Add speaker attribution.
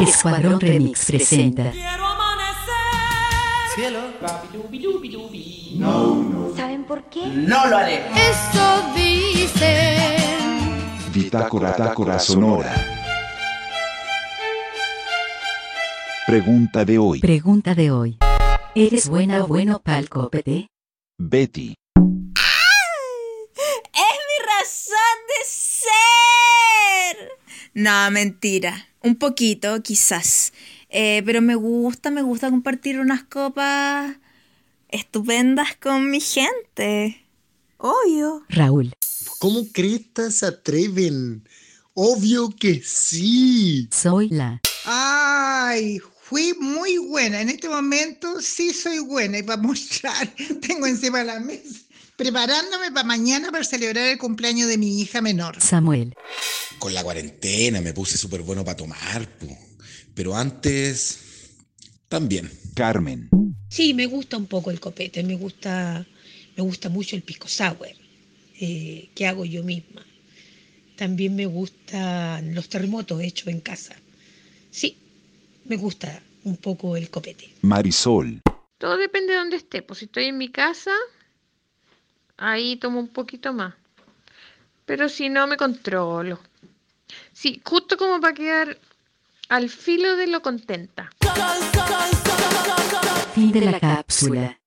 Speaker 1: Escuadrón Remix presenta.
Speaker 2: ¿Saben por qué?
Speaker 3: Eso dicen.
Speaker 4: Bitácora Tácora Sonora. Pregunta de hoy.
Speaker 1: Pregunta de hoy. ¿Eres buena o bueno pa'l copete?
Speaker 4: Betty,
Speaker 5: ¡Es mi razón de ser! No, mentira. Un poquito, quizás. Eh, pero me gusta, me gusta compartir unas copas estupendas con mi gente. Obvio.
Speaker 1: Raúl.
Speaker 6: ¿Cómo cretas se atreven? Obvio que sí.
Speaker 1: Soy la.
Speaker 7: Ay, fui muy buena. En este momento sí soy buena y para mostrar tengo encima de la mesa. Preparándome para mañana para celebrar el cumpleaños de mi hija menor.
Speaker 1: Samuel.
Speaker 8: con la cuarentena me puse súper bueno para tomar, po. pero antes también.
Speaker 4: Carmen,
Speaker 9: Sí, me gusta un poco el copete, me gusta, me gusta mucho el pisco sour eh, que hago yo misma. También me gustan los terremotos hechos en casa. Sí, me gusta un poco el copete.
Speaker 4: Marisol,
Speaker 10: Todo depende de dónde esté. Pues si estoy en mi casa, ahí tomo un poquito más. Pero si no, me controlo. Sí, justo como para quedar al filo de lo contenta.
Speaker 1: Fin de la cápsula.